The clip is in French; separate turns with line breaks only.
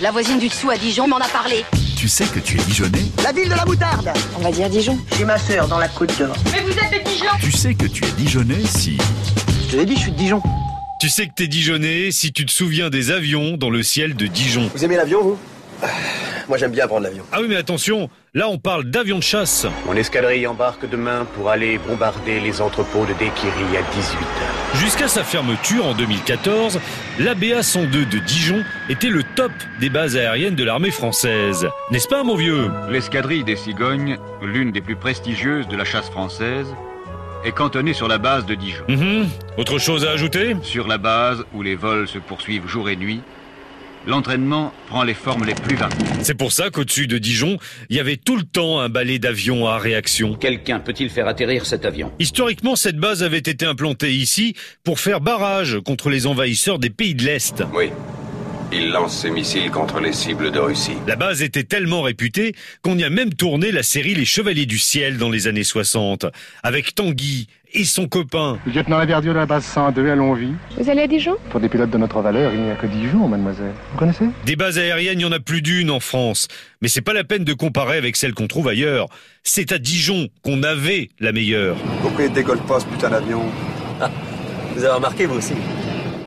La voisine du dessous à Dijon m'en a parlé.
Tu sais que tu es Dijonais
La ville de la moutarde
On va dire Dijon.
J'ai ma sœur dans la Côte d'Or.
Mais vous êtes de Dijon
Tu sais que tu es Dijonais si...
Je te l'ai dit, je suis de Dijon.
Tu sais que t'es Dijonais si tu te souviens des avions dans le ciel de Dijon.
Vous aimez l'avion, vous Moi, j'aime bien prendre l'avion.
Ah oui, mais attention, là on parle d'avions de chasse.
Mon escadrille embarque demain pour aller bombarder les entrepôts de Dekiri à 18h.
Jusqu'à sa fermeture en 2014, l'ABA 102 de Dijon était le top des bases aériennes de l'armée française. N'est-ce pas, mon vieux
L'escadrille des Cigognes, l'une des plus prestigieuses de la chasse française, est cantonnée sur la base de Dijon.
Mhm. Autre chose à ajouter
Sur la base où les vols se poursuivent jour et nuit, l'entraînement prend les formes les plus variées.
C'est pour ça qu'au-dessus de Dijon, il y avait tout le temps un balai d'avions à réaction.
Quelqu'un peut-il faire atterrir cet avion
Historiquement, cette base avait été implantée ici pour faire barrage contre les envahisseurs des pays de l'Est.
Oui. Il lance ses missiles contre les cibles de Russie.
La base était tellement réputée qu'on y a même tourné la série Les Chevaliers du Ciel dans les années 60, avec Tanguy et son copain.
Le lieutenant Laverdieu de la base 102 à Longwy.
Vous allez à Dijon
Pour des pilotes de notre valeur, il n'y a que Dijon, mademoiselle. Vous connaissez
Des bases aériennes, il y en a plus d'une en France, mais c'est pas la peine de comparer avec celles qu'on trouve ailleurs. C'est à Dijon qu'on avait la meilleure.
Pourquoi il décolle pas ce putain d'avion
Vous avez remarqué, vous aussi